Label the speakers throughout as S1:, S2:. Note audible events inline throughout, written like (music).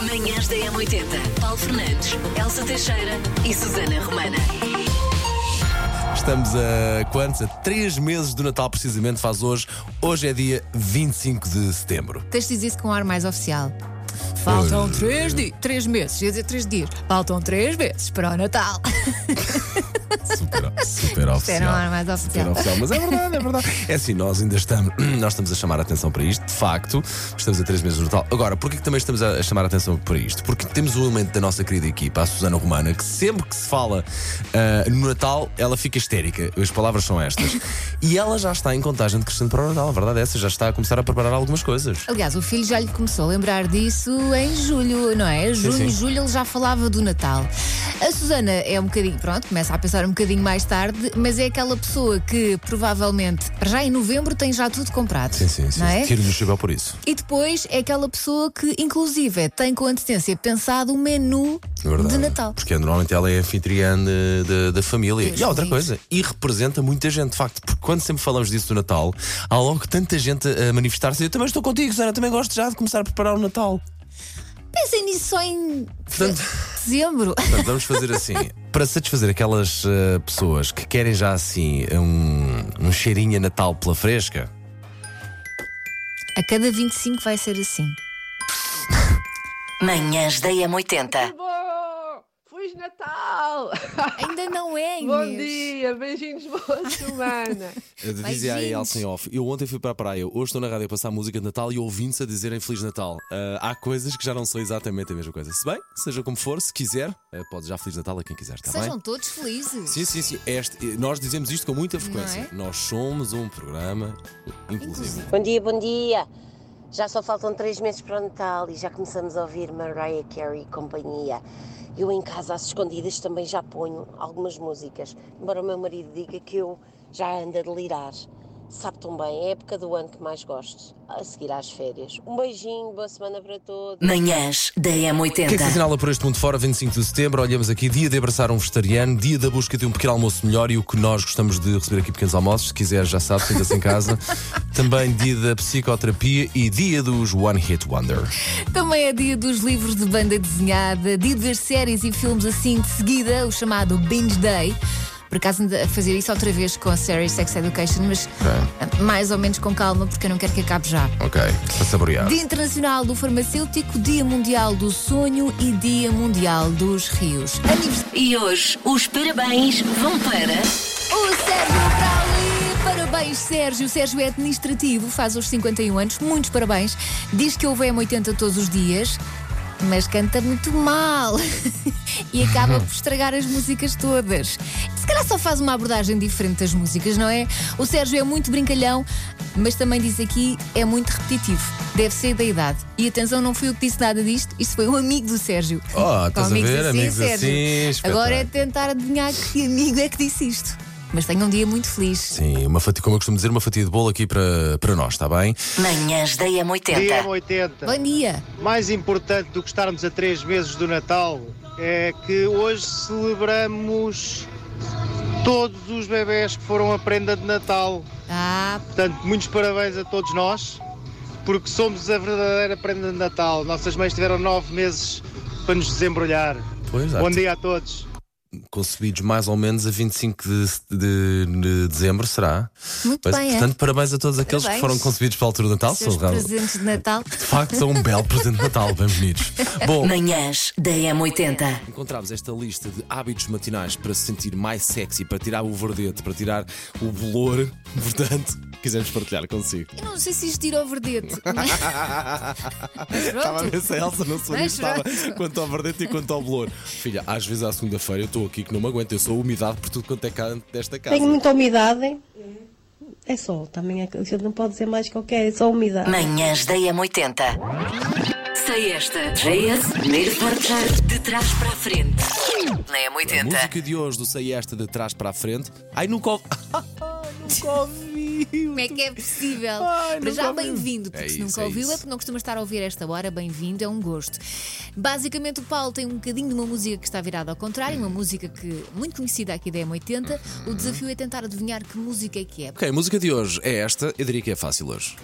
S1: Manhãs da M80. Paulo Fernandes, Elsa Teixeira e Susana Romana.
S2: Estamos a quantos? A três meses do Natal, precisamente, faz hoje. Hoje é dia 25 de setembro.
S3: Tens de dizer isso com um ar mais oficial. Faltam três, di- três meses, ia dizer três dias. Faltam três meses para o Natal. (laughs)
S2: Super, super oficial.
S3: era um ar mais
S2: Super
S3: oficial.
S2: oficial. Mas é verdade, é verdade. É assim, nós ainda estamos, (clears throat) nós estamos a chamar a atenção para isto, de facto. Estamos a três meses do Natal. Agora, porquê que também estamos a, a chamar a atenção para isto? Porque temos um elemento da nossa querida equipa, a Susana Romana, que sempre que se fala ah, no Natal, ela fica histérica. As palavras são estas. e ela já está em contagem decrescente para o Natal. A verdade é essa, já está a começar a preparar algumas coisas.
S3: Aliás, o filho já lhe começou a lembrar disso em julho, não é? Junho,
S2: sim.
S3: julho ele já falava do Natal. A Susana é um bocadinho, pronto, começa a pensar um bocadinho mais tarde, mas é aquela pessoa que provavelmente já em novembro tem já tudo comprado.
S2: Sim, sim, sim.
S3: Não é?
S2: Tiro-lhe o chapéu por isso.
S3: E depois é aquela pessoa que, inclusive, tem com antecedência pensado o menu
S2: Verdade.
S3: de Natal.
S2: Porque normalmente ela é anfitriã de- de- da família.
S3: Deus
S2: e há outra
S3: me livre.
S2: coisa, e representa muita gente, de facto, porque quando sempre falamos disso do Natal, há logo tanta gente a manifestar-se. Eu também estou contigo, Susana, também gosto já de começar a preparar o Natal.
S3: Pensem nisso só em
S2: Portanto-
S3: (laughs) dezembro.
S2: Portanto, vamos fazer assim. Para satisfazer aquelas eh, pessoas que querem já assim um, um cheirinho a Natal pela fresca,
S3: A cada 25 vai ser assim.
S1: Manhãs da M80.
S4: Bom, Feliz Natal!
S3: Ainda não é,
S4: Bom
S3: Inês.
S4: dia, beijinhos, boa
S3: (laughs)
S4: semana!
S2: Eu dizia aí,
S3: Beijinhos.
S2: Elsa em off. Eu ontem fui para a praia, hoje estou na rádio a passar música de Natal e ouvindo-se a dizerem Feliz Natal. Ah, há coisas que já não são exatamente a mesma coisa. Se bem, seja como for, se quiser, ah, pode já Feliz Natal a quem quiser, está
S3: Sejam
S2: bem?
S3: todos felizes.
S2: Sim, sim, sim. Este- eh, nós dizemos isto com muita frequência. Nós somos um programa inclusivo.
S5: Bom dia, bom dia. Já só faltam três meses para o Natal e já começamos a ouvir Mariah Carey e companhia. Eu em casa, às escondidas, também já ponho algumas músicas, embora o meu marido diga que eu já ando a delirar. Sabe tão bem, é a época do ano que mais gosto, a seguir às férias. Um beijinho, boa semana para todos.
S1: Manhãs da
S2: O que é que se
S1: M80.
S2: assinala por este mundo fora, 25 de setembro? Olhamos aqui, dia de abraçar um vegetariano, dia da busca de um pequeno almoço melhor e o que nós gostamos de receber aqui pequenos almoços. Se quiser, já sabe, sinta-se em casa. Também dia da psicoterapia e dia dos One Hit Wonder.
S3: Também é dia dos livros de banda desenhada, dia de ver séries e filmes assim de seguida, o chamado Binge Day. Por acaso ando a fazer isso outra vez com a série Sex Education, mas ah, mais ou menos com calma, porque eu não quero que acabe já.
S2: Ok, para saborear.
S3: Dia Internacional do Farmacêutico, Dia Mundial do Sonho e Dia Mundial dos Rios. Aniversário.
S1: E hoje os parabéns vão para.
S3: O Sérgio Brauli! Parabéns, Sérgio. O Sérgio é administrativo, faz os 51 anos. Muitos parabéns. Diz que ouve M80 todos os dias, mas canta muito mal. (laughs) e acaba por estragar as músicas todas. Se calhar só faz uma abordagem diferente das músicas, não é? O Sérgio é muito brincalhão, mas também diz aqui é muito repetitivo. Deve ser da idade. E atenção, não fui eu que disse nada disto. Isto foi um amigo do Sérgio.
S2: Oh,
S3: Com
S2: estás a ver? Amigos assim, espetacular.
S3: Agora é tentar adivinhar que amigo é que disse isto. Mas tenha um dia muito feliz.
S2: Sim, uma fatia, como eu costumo dizer, uma fatia de bolo aqui para, para nós, está bem?
S1: Manhãs da
S6: Dia
S1: M80.
S6: 80.
S3: Bom dia.
S6: Mais importante do que estarmos a três meses do Natal é que hoje celebramos todos os bebés que foram a prenda de Natal.
S3: Ah,
S6: Portanto, muitos parabéns a todos nós, porque somos a verdadeira prenda de Natal. Nossas mães tiveram nove meses para nos desembrulhar.
S2: Pois,
S6: Bom dia a todos.
S2: Concebidos mais ou menos a 25 de, de, de dezembro, será?
S3: Muito
S2: Mas,
S3: bem, é?
S2: portanto, parabéns a todos aqueles
S3: Parabéns.
S2: que foram concebidos para a altura do Natal.
S3: seus
S2: São, de
S3: presentes de Natal.
S2: facto, são um belo presente de Natal, bem
S3: (laughs)
S2: bonitos. Bom,
S1: Manhãs da M80.
S2: Encontramos esta lista de hábitos matinais para se sentir mais sexy, para tirar o verdete, para tirar o bolor, (laughs) portanto, quisemos partilhar consigo.
S3: Eu não sei se isto tira o
S2: (laughs)
S3: verdete. mas- Mas
S2: Estava a
S3: pronto.
S2: ver se a Elsa não sabia
S3: Mas
S2: se estava
S3: pronto.
S2: quanto ao verdete e quanto ao bolor. Filha, às vezes à segunda-feira eu estou aqui que não me aguento, eu sou a umidade por tudo quanto é canto desta casa.
S7: Tenho muita umidade. É sol, também é que eu não pode dizer mais que eu quero, é só umidade.
S1: Manhãs da M80. Sei esta. JS, primeiro forjar de trás para a frente. Na M80.
S2: A música de hoje do Sei Esta de trás para a frente. Ai, Ah, nunca ouvi.
S3: Como é que é possível?
S2: Ai,
S3: Mas
S2: nunca
S3: já
S2: ouvi.
S3: bem-vindo, porque
S2: É
S3: se
S2: isso,
S3: nunca
S2: é
S3: ouviu
S2: isso.
S3: é porque não costuma estar a ouvir esta hora. Bem-vindo, é um gosto. Basicamente, o Paulo tem um bocadinho de uma música que está virada ao contrário, uma música que muito conhecida aqui da M80. O desafio é tentar adivinhar que música é que é.
S2: Ok, a música de hoje é esta, eu diria que é fácil hoje.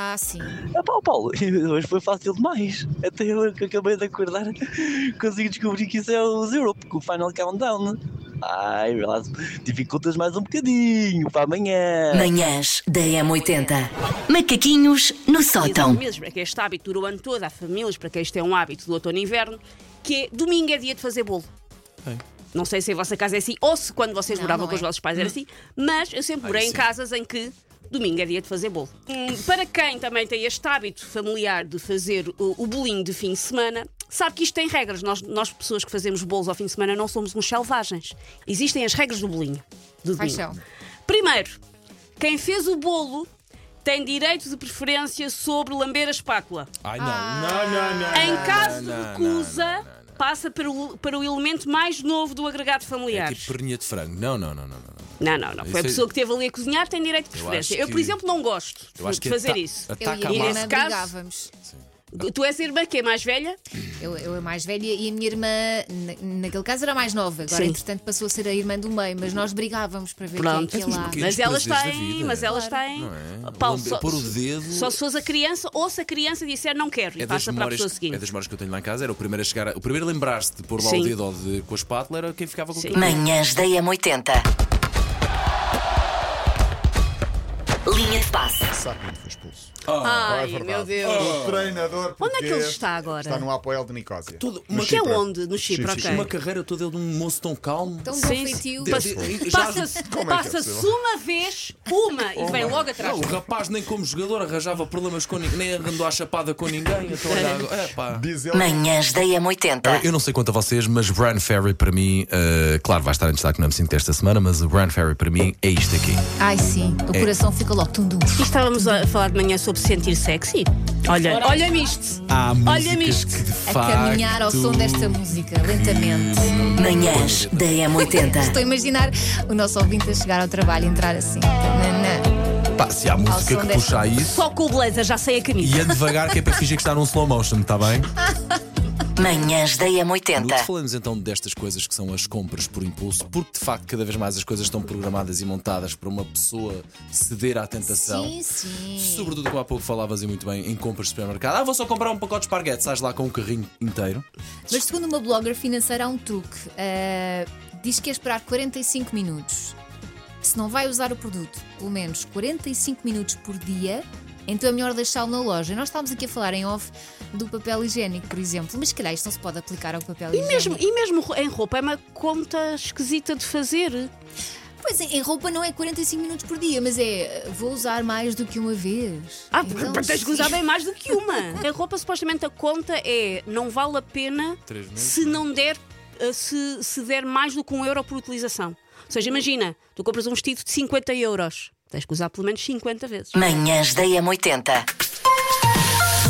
S8: Ah, sim.
S9: Ah, pá, Paulo, (laughs) hoje foi fácil demais. Até eu que acabei de acordar (laughs) consigo descobrir que isso é os Europe, com o Final Countdown. Ai, vê lá, dificultas mais um bocadinho para amanhã.
S1: Manhãs da M80. Macaquinhos no
S10: Então.
S1: sótão.
S10: meses, para quem este hábito dura o ano todo, há famílias para quem isto é um hábito do outono e inverno, que é domingo é dia de fazer bolo. Não sei se em vossa casa é assim ou se quando vocês
S3: É. Não,
S10: moravam
S3: não
S10: com os
S3: é.
S10: vossos pais era assim, mas eu sempre morei em casas em que domingo é dia de fazer bolo. Hum, Para quem também tem este hábito familiar de fazer o, o bolinho de fim de semana, sabe que isto tem regras. Nós, nós, pessoas que fazemos bolos ao fim de semana, não somos uns selvagens. Existem as regras do bolinho. Do
S3: Quais
S2: Tá
S10: domingo.
S3: são?
S10: Primeiro, quem fez o bolo tem direito de preferência sobre lamber a espátula.
S2: Ai, não, não, não, não.
S10: Ah. Em caso de
S2: Ah, não, não,
S10: recusa,
S2: É
S10: passa para o, para o elemento mais novo do agregado familiar.
S2: É tipo perninha de frango. Não, não, não, não. não.
S10: Não, não, não. Foi a
S2: Isso é-
S10: pessoa que esteve ali a cozinhar tem direito de preferência.
S2: acho
S10: Eu, por
S2: que-
S10: exemplo, não gosto de fazer
S2: ata-
S10: isso.
S3: Eu e
S2: Ataca
S3: a
S2: é a
S10: mal.
S3: minha
S2: massa.
S3: irmã
S10: Nesse caso-
S3: brigávamos.
S10: Tu és a irmã que é mais velha?
S3: Eu, eu a mais velha e a minha irmã, na- naquele caso, era a mais nova. Agora,
S10: Sim.
S3: entretanto, passou a ser a irmã do meio, mas nós brigávamos para ver
S10: Pronto.
S3: quem é que ia lá.
S2: Porque-
S10: Mas
S2: os
S10: elas
S2: prazeres da
S10: têm,
S2: vida.
S10: mas elas têm.
S2: Não é?
S10: Paulo,
S2: Lamber-
S10: só,
S2: pôr o dedo.
S10: só se fosse a criança ou se a criança disser não quero e
S2: É das,
S10: passa para a
S2: memórias,
S10: pessoa
S2: é
S10: seguinte.
S2: das memórias que eu tenho lá em casa. Era o primeiro a chegar. a- O primeiro a lembrar-se de pôr lá
S10: Sim.
S2: o dedo ou de, com a espátula era quem ficava com
S10: Sim.
S2: o
S1: Manhãs da M80. Linha de passe.
S11: Sacman foi expulso.
S10: Ai,
S11: é verdade.
S10: meu Deus.
S11: O treinador
S10: Onde é que
S11: português
S10: ele está agora?
S11: Está no Apoel de Nicósia.
S2: Todo-
S11: No
S2: Mas
S10: Que é
S11: Chipre.
S10: onde? No Chipre,
S11: Chipre,
S10: ok.
S2: Uma carreira toda ele de um moço tão calmo.
S3: Tão bom
S10: Sim,
S3: feitio.
S2: De-
S10: Passa-
S2: de- já-
S10: Passa-se
S11: Como é que é
S10: passa-se
S11: possível?
S10: uma vez, uma, e vem logo atrás.
S2: Não, o rapaz nem como jogador arranjava problemas com ninguém, nem andou à chapada com ninguém. Então, olha, agora- é, pá.
S11: Diz ele
S1: Manhãs da M80.
S2: Eu não sei quanto a vocês, mas Brian Ferry para mim, eh, claro, vai estar em destaque no M5 desta semana, mas o Brian Ferry para mim é isto aqui.
S3: Ai, sim, o
S2: É.
S3: coração fica logo tundum.
S10: E estávamos a falar de manhã sobre sentir sexy. Olha, olha-me isto.
S2: Há
S10: Olha-me
S2: músicas
S10: isto.
S2: que de
S3: A
S2: facto-
S3: caminhar ao som desta música, lentamente.
S1: Manhãs da
S3: Estou a
S1: M80.
S3: imaginar o nosso ouvinte a chegar ao trabalho e entrar assim. Nanã.
S2: Pá, se há
S3: Ao som
S2: música que
S3: desta
S2: puxa a isso.
S10: Só com o blazer já sei a camisa.
S2: E é devagar que é para fingir que está num slow motion, está bem?
S1: Manhãs da
S2: Luto,
S1: M80.
S2: falamos então destas coisas que são as compras por impulso, porque de facto cada vez mais as coisas estão programadas e montadas para uma pessoa ceder à tentação.
S3: Sim, sim.
S2: Sobretudo, como há pouco falavas e muito bem, em compras de supermercado. Ah, vou só comprar um pacote de esparguete, sais lá com um carrinho inteiro.
S3: Mas segundo uma blogger financeira há um truque. Ah, diz que é esperar 45 minutos. Se não vai usar o produto pelo menos 45 minutos por dia, então é melhor deixá-lo na loja. Nós estávamos aqui a falar em off do papel higiênico, por exemplo, mas se calhar isto não se pode aplicar ao papel
S10: E
S3: higiênico.
S10: mesmo, e mesmo ro- em roupa, é uma conta esquisita de fazer.
S3: Pois em em roupa não é 45 minutos por dia, mas é ah, vou usar mais do que uma vez.
S10: Ah, porque
S3: Então,
S10: tens que
S3: sim.
S10: usar bem mais do que (laughs) uma. em roupa, supostamente, a conta é não vale a pena
S2: Três meses,
S10: se não der, eh, se, se der mais do que um euro por utilização. Ou seja, imagina, tu compras um vestido de 50 euros. Tens que usar pelo menos 50 vezes.
S1: Manhãs da M80.